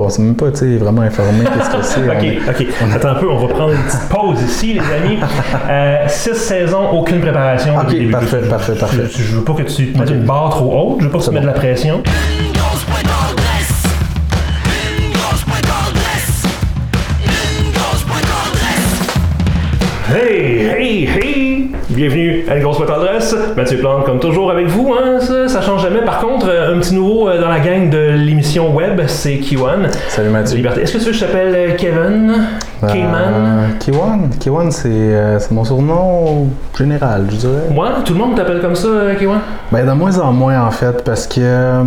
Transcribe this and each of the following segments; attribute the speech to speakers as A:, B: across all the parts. A: On s'est même pas, tu sais, vraiment informé qu'est-ce que c'est.
B: OK, OK. Attends un peu, on va prendre une petite pause ici, les amis. Euh, six saisons, aucune préparation.
A: Ok,
B: au début.
A: parfait, parfait, parfait.
B: Je, je veux pas que tu te mettes une barre trop haute, je veux pas que tu mettes de la pression.
C: Ingos Puedolres. Ingos Puedolres. Ingos Puedolres.
B: Hey, hey, hey! Bienvenue à une grosse boîte adresse. Mathieu Plante, comme toujours, avec vous. Hein? Ça, ça change jamais. Par contre, euh, un petit nouveau euh, dans la gang de l'émission web, c'est Kiwan.
A: Salut Mathieu.
B: Liberté. Est-ce que tu veux que je t'appelle euh, Kevin?
A: Euh,
B: Keyman?
A: Kiwan. Kiwan, c'est euh, c'est mon surnom général, je dirais.
B: Moi, tout le monde t'appelle comme ça, euh, Kiwan?
A: Ben, de moins en moins, en fait, parce que euh,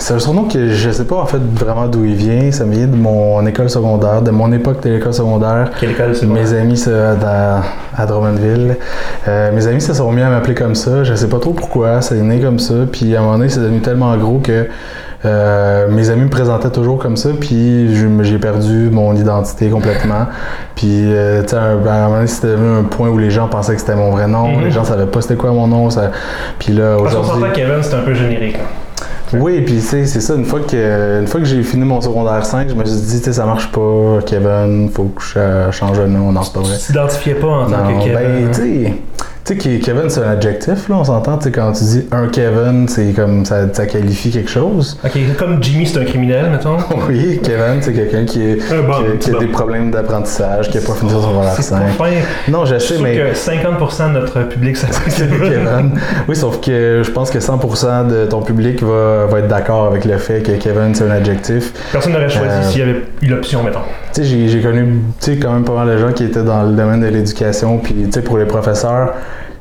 A: c'est un surnom que je sais pas, en fait, vraiment d'où il vient. Ça vient de mon école secondaire, de mon époque de l'école secondaire.
B: Quelle école c'est
A: Mes amis se- dans- à Drummondville, euh, mes amis se sont mis à m'appeler comme ça. Je sais pas trop pourquoi, c'est né comme ça. Puis à un moment donné, c'est devenu tellement gros que euh, mes amis me présentaient toujours comme ça. Puis je me- j'ai perdu mon identité complètement. Puis euh, tu sais, un- à un moment donné, c'était devenu un point où les gens pensaient que c'était mon vrai nom.
B: Mhm.
A: Les gens savaient pas c'était quoi mon nom. Ça... Puis là,
B: Parce qu'on
A: aujourd'hui.
B: s'entend Kevin, c'est un peu générique. hein.
A: Oui, puis tu sais, c'est ça, une fois que une fois que j'ai fini mon secondaire 5, je me suis dit, tu sais, ça marche pas, Kevin, faut que je euh, change de nom, non, c'est pas vrai.
B: Tu t'identifiais pas en tant
A: Non,
B: que Kevin. hein.
A: ben, tu sais- tu sais, que Kevin, c'est un adjectif, là, on s'entend. Tu sais, quand tu dis un Kevin, c'est comme ça, ça qualifie quelque chose.
B: ok, comme Jimmy, c'est un criminel, mettons.
A: Oui, Kevin, c'est quelqu'un qui, est-
B: Un bon,
A: qui a- qui a
B: bon.
A: des problèmes d'apprentissage, qui a pas fini son secondaire
B: C'est pas
A: 5.
B: fin.
A: Non, je
B: Je suis
A: sais,
B: sûr
A: mais.
B: que 50% de notre public s'appelle Kevin.
A: Kevin. Oui, sauf que je pense que 100% de ton public va, va être d'accord avec le fait que Kevin, c'est un adjectif.
B: Personne n'aurait choisi
A: Euh,
B: s'il y avait eu l'option, mettons.
A: Tu sais, j'ai- j'ai connu tu sais, quand même pas mal de gens qui étaient dans le domaine de l'éducation, puis tu sais, pour les professeurs,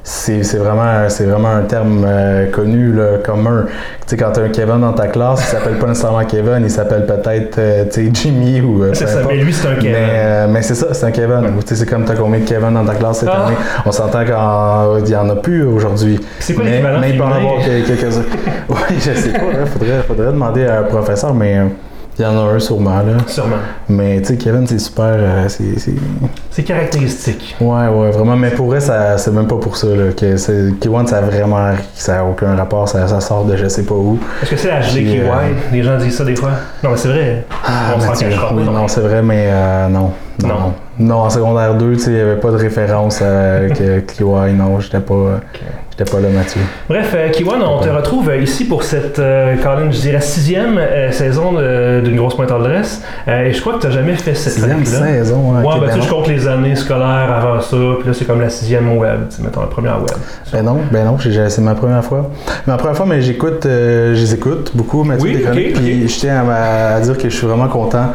A: c'est c'est vraiment, c'est vraiment un terme euh, connu, là, commun. Tu sais, quand t'as un Kevin dans ta classe, il s'appelle pas nécessairement Kevin, il s'appelle peut-être euh, tu sais, Jimmy ou euh,
B: C'est
A: peu
B: ça,
A: importe.
B: mais lui, c'est un Kevin.
A: Mais, euh, mais c'est ça, c'est un Kevin. Tu sais, C'est comme t'as combien de Kevin dans ta classe cette
B: Ah.
A: année. On s'entend qu'il n'y en a plus aujourd'hui.
B: C'est quoi
A: Mais-
B: l'équivalent
A: Mais il peut en
B: féminin?
A: avoir que- quelques-uns. oui, je sais pas. hein, faudrait, faudrait demander à un professeur, mais euh, il y en a un sûrement. Là.
B: Sûrement.
A: Mais tu sais, Kevin, c'est super. euh, c'est, c'est-
B: C'est caractéristique.
A: Ouais, ouais, vraiment. Mais pour vrai, ça, c'est même pas pour ça. Là, que c'est... Kiwan, ça a vraiment. Ça a aucun rapport. Ça, ça sort de je sais pas où.
B: Est-ce que c'est la gelée
A: Puis,
B: qui est
A: euh,
B: wide? Les gens disent ça des fois. Non, mais c'est vrai.
A: Ah,
B: On s'en
A: Mathieu,
B: cachera
A: oui,
B: pas.
A: non, c'est vrai, mais euh, non. Non.
B: Non.
A: non. en secondaire 2, tu sais, il n'y avait pas de référence à que Kiwan. Non, j'étais pas, j'étais pas là, Mathieu.
B: Bref, euh, Kiwan, on te retrouve euh, ici pour cette, euh, Colin, je dirais, sixième euh, saison de- d'une grosse pointe adresse. Euh, et je crois que tu n'as jamais fait cette
A: Sixième
B: là
A: saison. hein,
B: Ouais, ben
A: Québec.
B: tu sais, je compte les années scolaires avant ça, puis là c'est comme la sixième web, tu sais, mettons la première web.
A: Ben non, ben non, j'ai- j'ai- c'est ma première fois. Ma première fois, mais j'écoute, euh, je les écoute beaucoup, Mathieu,
B: Oui,
A: tes
B: ok,
A: chroniques, puis je tiens à, ma- à dire que je suis vraiment content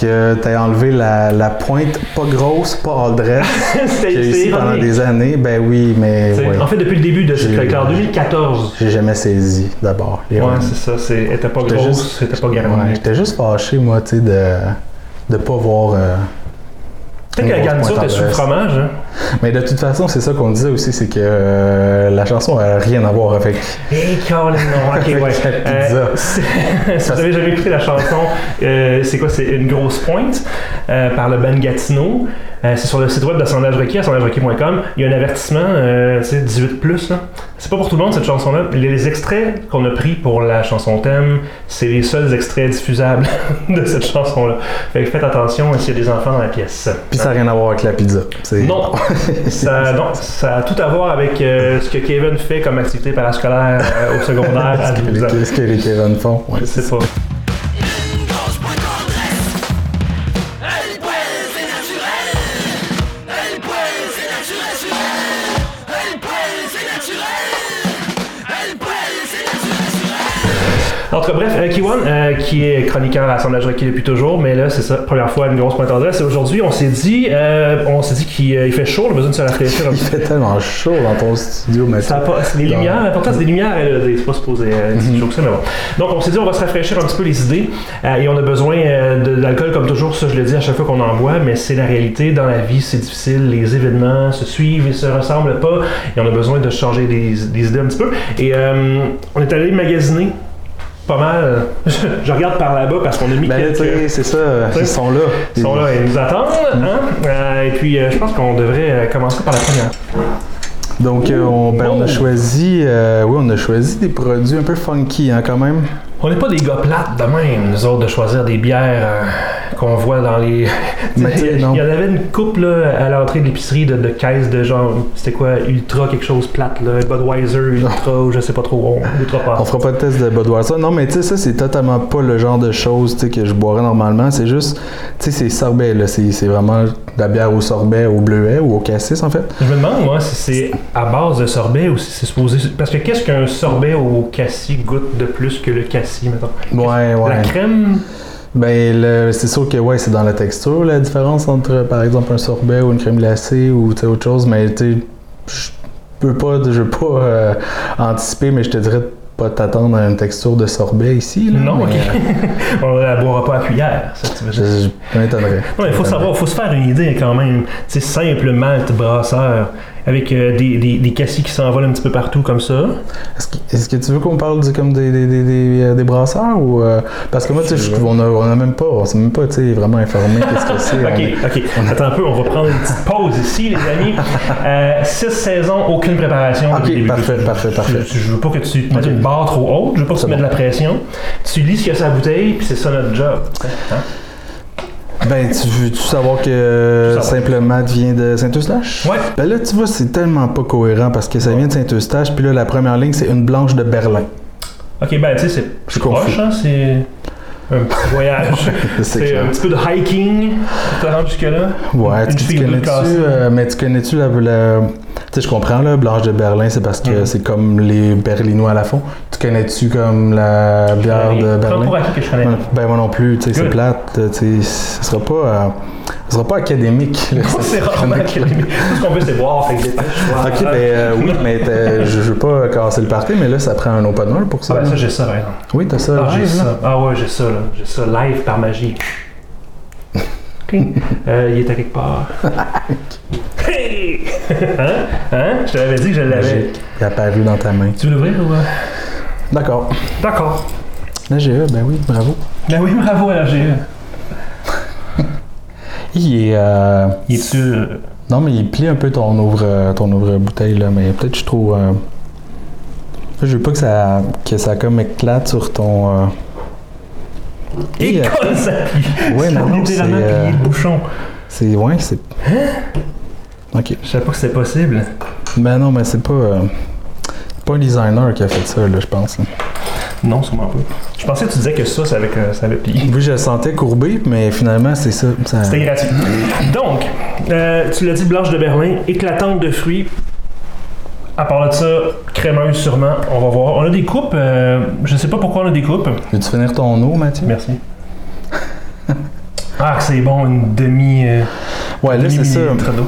A: que tu aies enlevé la, la pointe pas grosse, pas adresse
B: C'était
A: qu'il y a eu ici pendant
B: ironique.
A: des années. Ben oui, mais
B: Tu sais,
A: ouais,
B: En fait, depuis le début de cette
A: J'ai-
B: en 2014.
A: j'ai jamais saisi d'abord. les
B: Ouais,
A: règles.
B: c'est ça, c'est- elle était pas
A: J'étais
B: grosse,
A: juste-
B: elle était pas
A: Ouais,
B: garnie.
A: J'étais juste fâché, moi, tu sais, de de pas voir. euh,
B: Peut-être que la
A: une grosse
B: garniture
A: pointe
B: était sur le
A: adresse.
B: fromage, hein.
A: Mais de toute façon, c'est ça qu'on disait aussi, c'est que euh, la chanson a rien à voir avec.
B: Hey, Colin, non, ok, ouais.
A: Avec la pizza.
B: Euh, c'est- si vous avez jamais écouté la chanson, euh, c'est quoi C'est Une grosse pointe euh, par le band Gatineau. Euh, c'est sur le site web de Sondage Requis, à sondagerequis.com. Il y a un avertissement, euh, c'est 18. plus, là. C'est pas pour tout le monde cette chanson-là. Les, les extraits qu'on a pris pour la chanson thème, c'est les seuls extraits diffusables de cette chanson-là. Fait que faites attention s'il y a des enfants dans la pièce.
A: Puis ça a rien à voir avec la pizza. C'est-
B: Non, ça, non, ça a tout à voir avec euh, ce que Kevin fait comme activité parascolaire euh, au secondaire à
A: Qu'est-ce que
B: 12
A: les-
B: ans.
A: Qu'est-ce que les Kevin font? Ouais,
B: Je
A: c'est-
B: sais pas.
C: Ingos Puedolres. El pues es natural. El pues es natural. El pues es natural. El pues es natural.
B: En tout cas, bref, euh, Kiwan, euh, qui est chroniqueur à Assemblage Requis depuis toujours, mais là, c'est ça, première fois à une grosse pointe d'adresse. Et aujourd'hui, on s'est dit, euh, on s'est dit qu'il euh, il fait chaud, on a besoin de se rafraîchir un
A: Il
B: petit peu.
A: fait tellement chaud dans ton studio, mais
B: Ça passe. Les
A: Non.
B: lumières, l'important c'est des lumières, elle, c'est pas supposé euh,
A: Mhm.
B: être si chaud que ça, mais bon. Donc on s'est dit on va se rafraîchir un petit peu les idées euh, et on a besoin euh, de- d'alcool comme toujours, ça je le dis à chaque fois qu'on en boit, mais c'est la réalité, dans la vie c'est difficile, les événements se suivent et se ressemblent pas et on a besoin de changer des, des idées un petit peu. Et euh, on est allé magasiner pas mal, je regarde par là-bas parce qu'on a mis
A: Ben là, tu
B: quelques...
A: sais, Mhm. c'est ça,
B: T'sais,
A: ils sont là.
B: Ils sont là et nous attendent. hein? Euh, et puis, euh, je pense qu'on devrait euh, commencer par la première.
A: Donc, euh, on, ben, on a
B: Oh.
A: choisi, euh, oui, on a choisi des produits un peu funky, hein, quand même.
B: On n'est pas des gars plates de même, nous autres, de choisir des bières euh, qu'on voit dans les.
A: Mais tu
B: Il
A: sais,
B: y
A: non.
B: en avait une coupe là, à l'entrée de l'épicerie de, de caisse de genre, c'était quoi, Ultra quelque chose plate, là, Budweiser, Ultra, ou je sais pas trop, on, Ultra pas.
A: On fera pas de test de Budweiser. Non, mais tu sais, ça, c'est totalement pas le genre de choses tu sais, que je boirais normalement. C'est juste, tu sais, c'est sorbet, là. C'est c'est vraiment de la bière au sorbet, au bleuet ou au cassis, en fait.
B: Je me demande, moi, si c'est à base de sorbet ou si c'est supposé. Parce que qu'est-ce qu'un sorbet au cassis goûte de plus que le cassis, mettons
A: Ouais,
B: La
A: ouais.
B: crème,
A: Ben, le- c'est sûr que, ouais, c'est dans la texture, la différence entre, par exemple, un sorbet ou une crème glacée ou, tu sais, autre chose. Mais, tu sais, je peux pas, je veux pas euh, anticiper, mais je te dirais de pas t'attendre à une texture de sorbet ici, là.
B: non,
A: mais,
B: ok.
A: euh,
B: on la boira pas à cuillère, ça, tu veux dire.
A: je je m'étonnerais.
B: Non, mais faut savoir, faut se faire une idée quand même. C'est simple malt brasseur avec euh, des, des, des cassis qui s'envolent un petit peu partout comme ça.
A: Est-ce que, est-ce que tu veux qu'on parle du, comme des, des, des, des, euh, des brasseurs ou euh, parce que moi tu sais je- on a, on a même pas on s'est même pas tu sais vraiment informé qu'est-ce que c'est. on
B: Ok,
A: est-
B: ok. Attends un peu, on va prendre une petite pause ici, les amis. Euh, six saisons, aucune préparation.
A: Ok,
B: au début.
A: parfait, parfait, parfait.
B: Je, je veux pas que tu te mettes une barre trop haute, je veux pas que tu
A: C'est
B: mettes de
A: bon.
B: la pression. Tu lis ce qu'il y a sur la bouteille, puis c'est ça notre job. Hein?
A: Ben tu veux tu savoir que euh,
B: Tout savoir.
A: simplement tu viens de Saint-Eustache.
B: Ouais.
A: Ben là tu vois c'est tellement pas cohérent parce que ça vient de Saint-Eustache puis là la première ligne c'est une blanche de Berlin.
B: Ok, ben
A: Je
B: tu sais, c'est c'est
A: suis confus.
B: proche, hein, c'est un petit voyage.
A: C'est
B: c'est
A: clair.
B: un petit peu de hiking, tu te rends jusque-là.
A: Ouais,
B: Une
A: tu, tu
B: fille bleue
A: connais-tu,
B: cassée.
A: euh, mais tu connais-tu la, la- Tu sais, je comprends, là, Blanche de Berlin, c'est parce que
B: Mhm.
A: c'est comme les Berlinois à la fond. Tu connais-tu comme la bière de
B: Prends
A: Berlin?
B: pour acquis que je connais.
A: Ouais, Ben moi non plus, tu sais, c'est
B: Good.
A: plate, tu sais, ce sera pas, euh, ce sera pas académique. là, cette
B: C'est rarement
A: chronique.
B: académique. Tout ce qu'on veut, c'est boire, fait que dépêche. boire.
A: Ok, ben euh, oui, mais t'as- je je veux pas casser le party, mais là ça prend un open world pour
B: Ah
A: ça.
B: ben
A: là.
B: ça, j'ai ça, par exemple.
A: oui, t'as ça.
B: Ah, j'ai
A: live, là.
B: ça. Ah ouais, j'ai ça, là. J'ai ça live par magie. Cling. Euh, il était quelque part. Hey! hein? Hein? Je te l'avais dit que je l'avais.
A: Magique. Il est apparu dans ta main.
B: Tu veux l'ouvrir ou... euh?
A: D'accord.
B: D'accord.
A: La GE, ben oui, bravo.
B: Ben oui, bravo, RGE.
A: Il est. euh,
B: Il est-tu... euh,
A: Non, mais il plie un peu ton ouvre, euh, ton ouvre bouteille là, mais peut-être je trouve. euh, Je veux pas que ça, que ça comme éclate sur ton. euh,
B: Il
A: Et, euh,
B: colle sa pie.
A: Ouais, non, non, c'est.
B: littéralement plié
A: euh,
B: le bouchon.
A: C'est ouais, c'est. Ok.
B: Je savais pas que c'était possible.
A: Ben non, mais c'est pas. euh, Pas un designer qui a fait ça, là, je pense. là.
B: Non, sûrement pas. Je pensais que tu disais que ça, ça avait, euh, ça avait plié.
A: Oui, je le sentais courbé, mais finalement, c'est ça. ça-
B: C'était gratuit. Donc, euh, tu l'as dit, blanche de Berlin, éclatante de fruits. À part de ça, crémeuse sûrement, on va voir. On a des coupes, euh, je sais pas pourquoi on a des coupes.
A: Veux-tu finir ton eau, Mathieu?
B: Merci. Ah, que c'est bon, une demi... Euh,
A: Ouais, Ben, là, c'est ça.
B: demi-millilitre d'eau.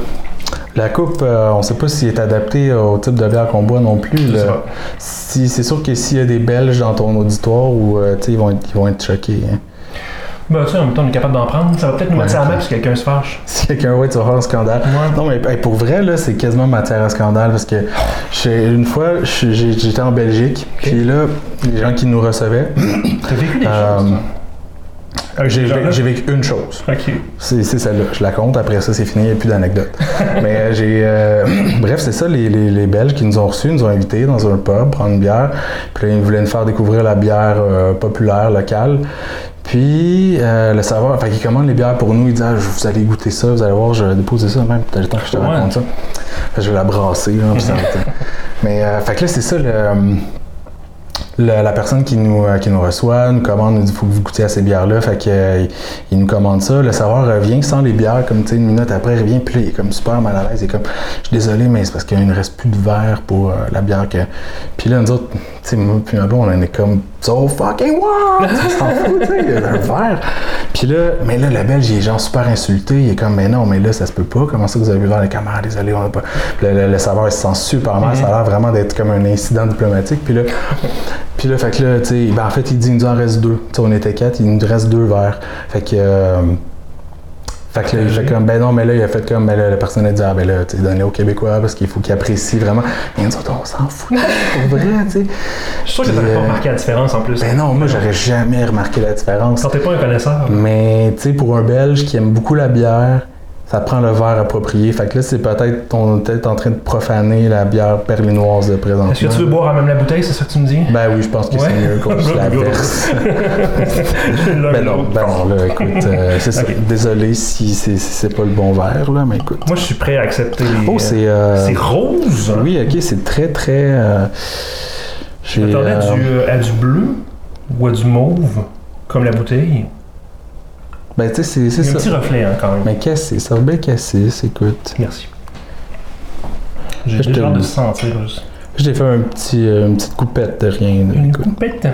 A: La coupe, euh, on sait pas s'il est adapté au type de bière qu'on boit non plus.
B: Je
A: là.
B: sais pas.
A: Si, c'est sûr que s'il y a des Belges dans ton auditoire, ou, euh, tu sais, ils, vont être, ils vont être choqués. hein.
B: Ben, tu sais, en même temps, on est capable d'en prendre. Ça va peut-être nous
A: Ouais,
B: mettre ça à
A: ok.
B: la main si quelqu'un se fâche.
A: Si quelqu'un, ouais, tu vas faire un scandale. Non, mais hey, pour vrai, là, c'est quasiment matière à scandale parce que j'ai- une fois, j'ai- j'ai- j'étais en Belgique, puis là, les gens qui nous recevaient,
B: T'as vécu des
A: Euh,
B: choses, toi? Avec
A: j'ai
B: des gens-là?
A: j'ai vécu une chose.
B: Ok.
A: C'est c'est celle-là. Je la compte, après ça, c'est fini, il n'y a plus d'anecdote. Mais euh, j'ai. euh, bref, c'est ça, les, les- les Belges qui nous ont reçus, nous ont invités dans un pub, prendre une bière. Puis là, ils voulaient nous faire découvrir la bière euh, populaire locale. Puis euh, le serveur, fait qu'il commande les bières pour nous, il dit ah, vous allez goûter ça, vous allez voir, je vais déposer ça même, peut-être le temps que je te
B: Ouais.
A: raconte ça. Fait que je vais la brasser, là, puis ça va être- Mais euh, fait que là, c'est ça le. euh, le- la personne qui nous, euh, qui nous reçoit nous commande, nous dit faut que vous goûtiez à ces bières-là. Fait que, euh, il- il nous commande ça. Le serveur revient sans les bières, comme tu sais, une minute après, il revient, puis là, il est comme super mal à l'aise. Il est comme je suis désolé, mais c'est parce qu'il ne reste plus de verre pour euh, la bière. que... Puis là, nous autres, tu sais, moi, puis ma blonde, on est comme so fucking wow! Tu s'en fout, tu sais, il y a un verre. Puis là, mais là, le Belge, il est genre super insulté. Il est comme mais non, mais là, ça se peut pas. Comment ça, vous avez bu le verre? Il est comme ah, désolé, on n'a pas. Puis Le, le, le serveur, il se sent super mal. Ça a l'air vraiment d'être comme un incident diplomatique. Puis là, puis là, fait que là, tu sais, ben, en fait, il dit, il nous en reste deux. Tu sais, on était quatre, il nous reste deux verres. Fait que. euh, fait que là, j'ai comme, ben non, mais là, il a fait comme, ben là, la personne a dit, ah, ben là, tu sais, donne-les aux Québécois parce qu'il faut qu'ils apprécient vraiment. Mais nous autres, on s'en fout, pour vrai, tu sais.
B: Je suis sûr que t'aurais
A: Puis,
B: pas
A: euh,
B: remarqué la différence en plus.
A: Ben non, Mm. moi, j'aurais jamais remarqué la différence.
B: Quand t'es pas un connaisseur.
A: Mais, tu sais, pour un Belge qui aime beaucoup la bière, ça prend le verre approprié. Fait que là, c'est peut-être, on est peut-être en train de profaner la bière berlinoise de présentement.
B: Est-ce que tu veux boire à même la bouteille, c'est ça que tu me dis?
A: Mm. Ben oui, je pense que
B: Ouais.
A: c'est mieux qu'on se la verse.
B: L'un
A: ben
B: ou
A: non,
B: l'autre.
A: ben non, là, écoute, euh, c'est ça.
B: Ok.
A: Désolé si c'est, si c'est pas le bon verre, là, mais écoute.
B: Moi, je suis prêt à accepter.
A: Oh, c'est... euh,
B: C'est rose? hein?
A: Oui, ok, c'est très, très... euh, j'ai,
B: T'attendais à,
A: euh,
B: du, euh, à du bleu ou à du mauve, comme la bouteille.
A: Ben, tu sais, c'est, c'est
B: Il y a un
A: ça.
B: petit reflet, hein, quand même.
A: Mais cassis, sorbet cassis, écoute.
B: Merci. J'ai
A: Je te
B: déjà
A: le
B: hâte de
A: dis.
B: sentir. juste.
A: J'ai fait un petit, euh, une petite coupette de rien, là,
B: Une
A: écoute.
B: coupette.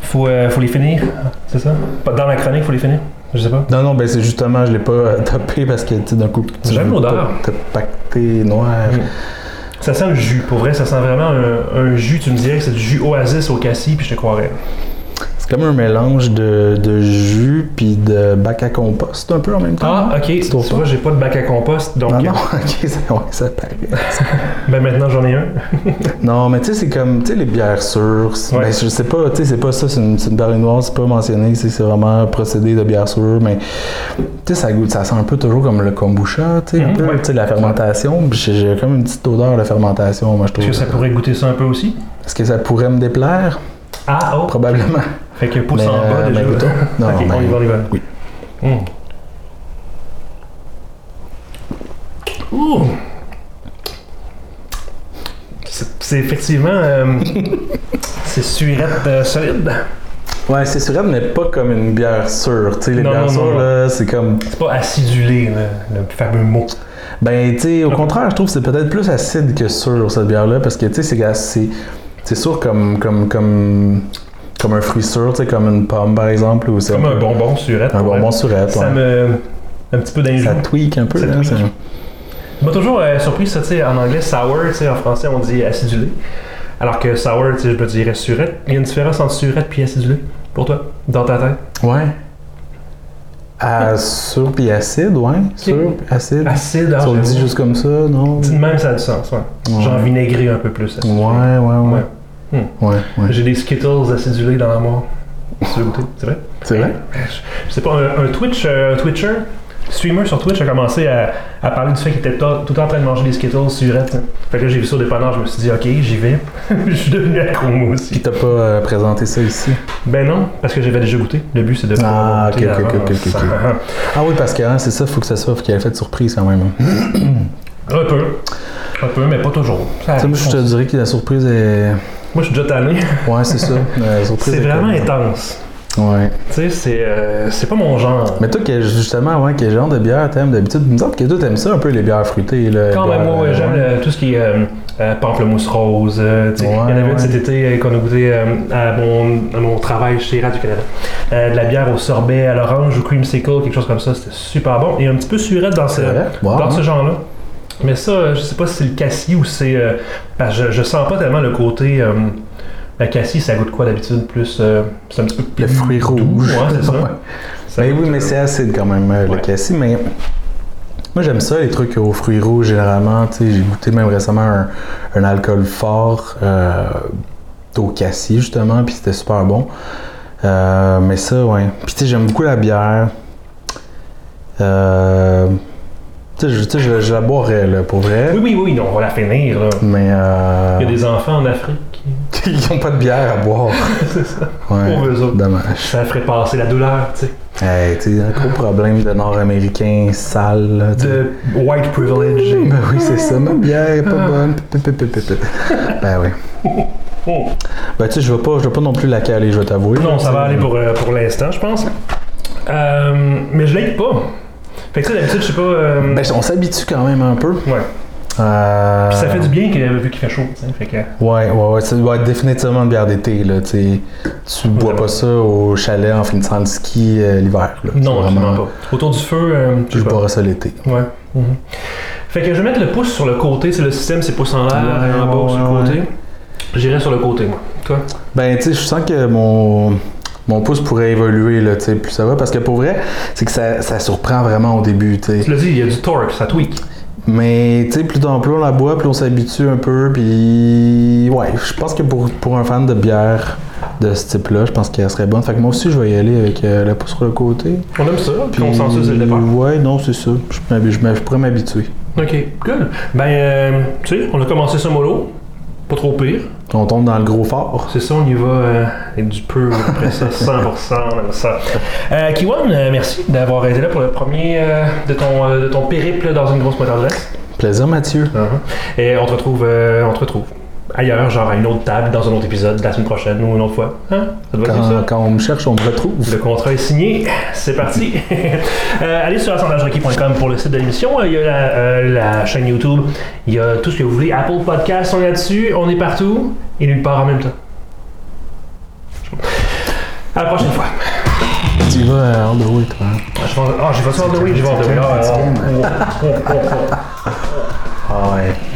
B: Faut, euh, faut les finir, c'est ça? Pas dans la chronique, faut les finir? Je sais pas.
A: Non, non, ben c'est justement, je l'ai pas euh, topé parce que, tu sais, d'un coup, tu
B: J'aime
A: veux
B: l'odeur.
A: pas te pacter noir.
B: Mm. Ça sent le jus, pour vrai, ça sent vraiment un, un jus. Tu me dirais que c'est du jus oasis au cassis, puis je te croirais.
A: C'est comme un mélange de, de jus puis de bac à compost un peu en même temps.
B: Ah, ok. Tu
A: trouves
B: vois,
A: pas?
B: j'ai pas de bac à compost, donc
A: Ah
B: euh,
A: Non, non, ok, ça, ouais, ça paraît.
B: ben maintenant j'en ai un.
A: Non, mais tu sais, c'est comme, tu sais, les bières sûres. c'est-
B: Ouais.
A: Ben, je sais pas, tu sais, c'est pas ça, c'est une, c'est une berlinoise, c'est pas mentionné, c'est c'est vraiment un procédé de bière sûre, mais tu sais, ça goûte, ça sent un peu toujours comme le kombucha, tu sais, un
B: Mhm,
A: peu,
B: ouais.
A: tu sais, la fermentation. Puis J'ai j'ai comme une petite odeur de fermentation, moi, je trouve.
B: Est-ce que ça pourrait goûter ça un peu aussi?
A: Est-ce que ça pourrait me déplaire?
B: Ah, oh!
A: Probablement.
B: Fait que pouce
A: Mais,
B: en bas
A: euh,
B: déjà.
A: ben, goûtons. Non,
B: ok,
A: mais-
B: on y va, on y va.
A: oui.
B: Mm. Hmm. Ouh. C'est c'est effectivement. euh, c'est surette euh, solide.
A: Ouais, c'est sûr, mais pas comme une bière sûre. Tu sais, les
B: Non,
A: bières
B: non,
A: sûres,
B: non.
A: là, c'est comme.
B: C'est pas acidulé, le, le fameux mot.
A: Ben, tu sais, au
B: Non.
A: contraire, je trouve que c'est peut-être plus acide que sûr, cette bière-là, parce que, tu sais, c'est gas- c'est- c'est sûr comme, comme, comme, comme un fruit sûr, tu sais, comme une pomme, par exemple, ou c'est
B: Comme
A: peu-
B: un bonbon surette.
A: Un bonbon surette,
B: Ça
A: ouais.
B: me. Un petit peu d'injure.
A: Ça tweak un peu,
B: Ça
A: là.
B: tweak.
A: ça-
B: Ça m'a toujours euh, surpris ça, tu sais, en anglais sour, tu sais, en français on dit acidulé. Alors que sour, tu sais, je me dirais surette. Il y a une différence entre surette et acidulé, pour toi, dans ta tête.
A: Ouais. À sûr puis acide, ouais. Sûr, acide.
B: Acide,
A: Si on le
B: je-
A: dit juste comme ça, non?
B: Dit de même, ça a du sens, ouais.
A: Ouais.
B: Genre vinaigré un peu plus.
A: Ouais,
B: acidulé.
A: ouais, ouais.
B: Ouais. Hmm.
A: Ouais, ouais.
B: J'ai des Skittles acidulés dans la mort. Tu veux goûter? C'est vrai?
A: C'est vrai?
B: C'est pas un, un Twitch, euh, un Twitcher, streamer sur Twitch a commencé à, à parler du fait qu'il était to- tout le temps en train de manger des Skittles surettes. Fait que là, j'ai vu ça au dépanneur, je me suis dit, ok, j'y vais. je suis devenu accro moi
A: Puis
B: aussi.
A: t'as pas euh, présenté ça ici?
B: Ben non, parce que j'avais déjà goûté. Le but, c'est de
A: Ah,
B: pouvoir goûter
A: ok, ok,
B: avant,
A: ok, ok,
B: ça.
A: Ah oui, parce que hein, c'est ça, faut que ça soit, faut qu'il y ait fait de surprise quand même. hein. Tu
B: Un peu. Un peu, mais pas toujours. Ça
A: sais,
B: arrive.
A: moi, je te dirais que la surprise est.
B: Moi, je suis déjà tanné.
A: Ouais, c'est ça. la surprise
B: C'est
A: est
B: vraiment
A: comme-
B: intense.
A: Ouais.
B: Tu sais, c'est euh, c'est pas mon genre.
A: Mais toi, que, justement, avant quel genre de bière t'aimes d'habitude? Il me semble que toi, t'aimes ça un peu les bières fruitées. Là,
B: Quand
A: les
B: même,
A: bières,
B: moi, ouais,
A: euh,
B: j'aime
A: ouais.
B: le- tout ce qui est euh, euh, pamplemousse rose. euh, tu sais.
A: Ouais,
B: Il y en avait une
A: ouais.
B: cet été euh, qu'on a goûté euh, à, mon, à mon travail chez Radio-Canada. Euh, de la bière au sorbet, à l'orange, au creamsicle, quelque chose comme ça. C'était super bon. Et un petit peu surette dans ce,
A: C'est vrai? Wow,
B: dans ce
A: hein?
B: genre-là. Mais ça, euh, je sais pas si c'est le cassis ou c'est. euh, parce que je, je sens pas tellement le côté. euh, le cassis, ça goûte quoi d'habitude Plus. euh, c'est un petit peu plus.
A: Le fruit
B: doux,
A: rouge.
B: ouais, c'est ça.
A: Ouais.
B: Ça
A: Mais
B: goûte,
A: Ben oui, mais
B: euh,
A: c'est acide quand même, euh,
B: Ouais.
A: le cassis. Mais moi, j'aime ça, les trucs aux fruits rouges, généralement. Tu sais, j'ai goûté même récemment un, un alcool fort euh, au cassis, justement, puis c'était super bon. Euh, mais ça, ouais. Puis tu sais, j'aime beaucoup la bière. Euh, tu sais, je, tu sais, je- je la boirais, là, pour vrai.
B: Oui, oui, oui, non, on va la finir, là.
A: Mais euh,
B: Il y a des enfants en Afrique.
A: ils n'ont pas de bière à boire.
B: c'est ça.
A: Ouais,
B: Pauvres eux autres.
A: dommage.
B: Ça ferait passer la douleur, tu sais.
A: Hey, tu sais, un gros problème de Nord-Américain sale. là, tu sais.
B: De white privilege. et-
A: Ben oui, c'est ça. Ma bière est pas bonne. Pi, pi, pi, pi, pi. Ben oui.
B: Oh.
A: Ben tu sais, je vais pas, je vais pas non plus la caler, je vais t'avouer.
B: Non, ça va aller pour, euh, pour l'instant, je pense. Euh, mais je l'aide pas. Fait que ça, d'habitude, je sais pas. euh,
A: Ben, on s'habitue quand même un peu.
B: ouais.
A: Euh,
B: Puis ça fait du bien que, vu qu'il fait chaud, tu sais. Fait que.
A: Ouais, ouais, ouais. Ça doit être définitivement une bière d'été, là. Tu sais. tu bois pas ça au chalet en finissant le ski euh, l'hiver, là.
B: Non,
A: C'est
B: absolument pas. Autour du feu, euh, je
A: Je
B: sais pas.
A: boirais ça l'été.
B: Ouais. Mhm. Fait que je vais mettre le pouce sur le côté, c'est le système, c'est pouce en l'air,
A: Ouais,
B: en bas,
A: ouais,
B: sur le côté.
A: ouais.
B: J'irai sur le côté, moi. Toi?
A: Ben, tu sais, je sens que mon, mon pouce pourrait évoluer, là, tu sais, plus ça va. Parce que pour vrai, c'est que ça, ça surprend vraiment au début, tu sais.
B: Tu l'as dit, il y a du torque, ça tweak.
A: Mais tu sais, plus, on- plus on la boit, plus on s'habitue un peu. Puis ouais, je pense que pour, pour un fan de bière, de ce type-là. Je pense qu'elle serait bonne. Fait que moi aussi, je vais y aller avec euh, la pouce sur le côté.
B: On aime ça, puis consensus dès le départ.
A: Ouais, non, c'est ça. Je, m'hab- je m'hab- je pourrais m'habituer.
B: Ok, cool. Ben, euh, tu sais, on a commencé ce mollo. Pas trop pire.
A: On tombe dans le gros fort.
B: C'est ça, on y va euh, avec du peu, après ça, 100%, on aime ça. Euh, Kiwan, euh, merci d'avoir été là pour le premier euh, de, ton, euh, de ton périple dans une grosse motardresse.
A: Plaisir, Mathieu.
B: Uh-huh. Et on te retrouve, euh, on te retrouve ailleurs, genre à une autre table, dans un autre épisode, la semaine prochaine ou une autre fois. Hein? Ça te va, c'est ça?
A: Quand, quand on me cherche, on me retrouve.
B: Le contrat est signé, c'est parti. Euh, allez sur assemblagerequis.com pour le site de l'émission. Euh, Il y a la, euh, la chaîne YouTube, il y a tout ce que vous voulez. Apple Podcast, on est là-dessus, on est partout et nulle part en même temps. À la prochaine fois.
A: Tu vas à Hardaway, toi. hein?
B: Ah, Je vais, ah, je vais sur Hardaway, je vais sur Hardaway. Ah, ah, ah, ah.
A: Ah ouais.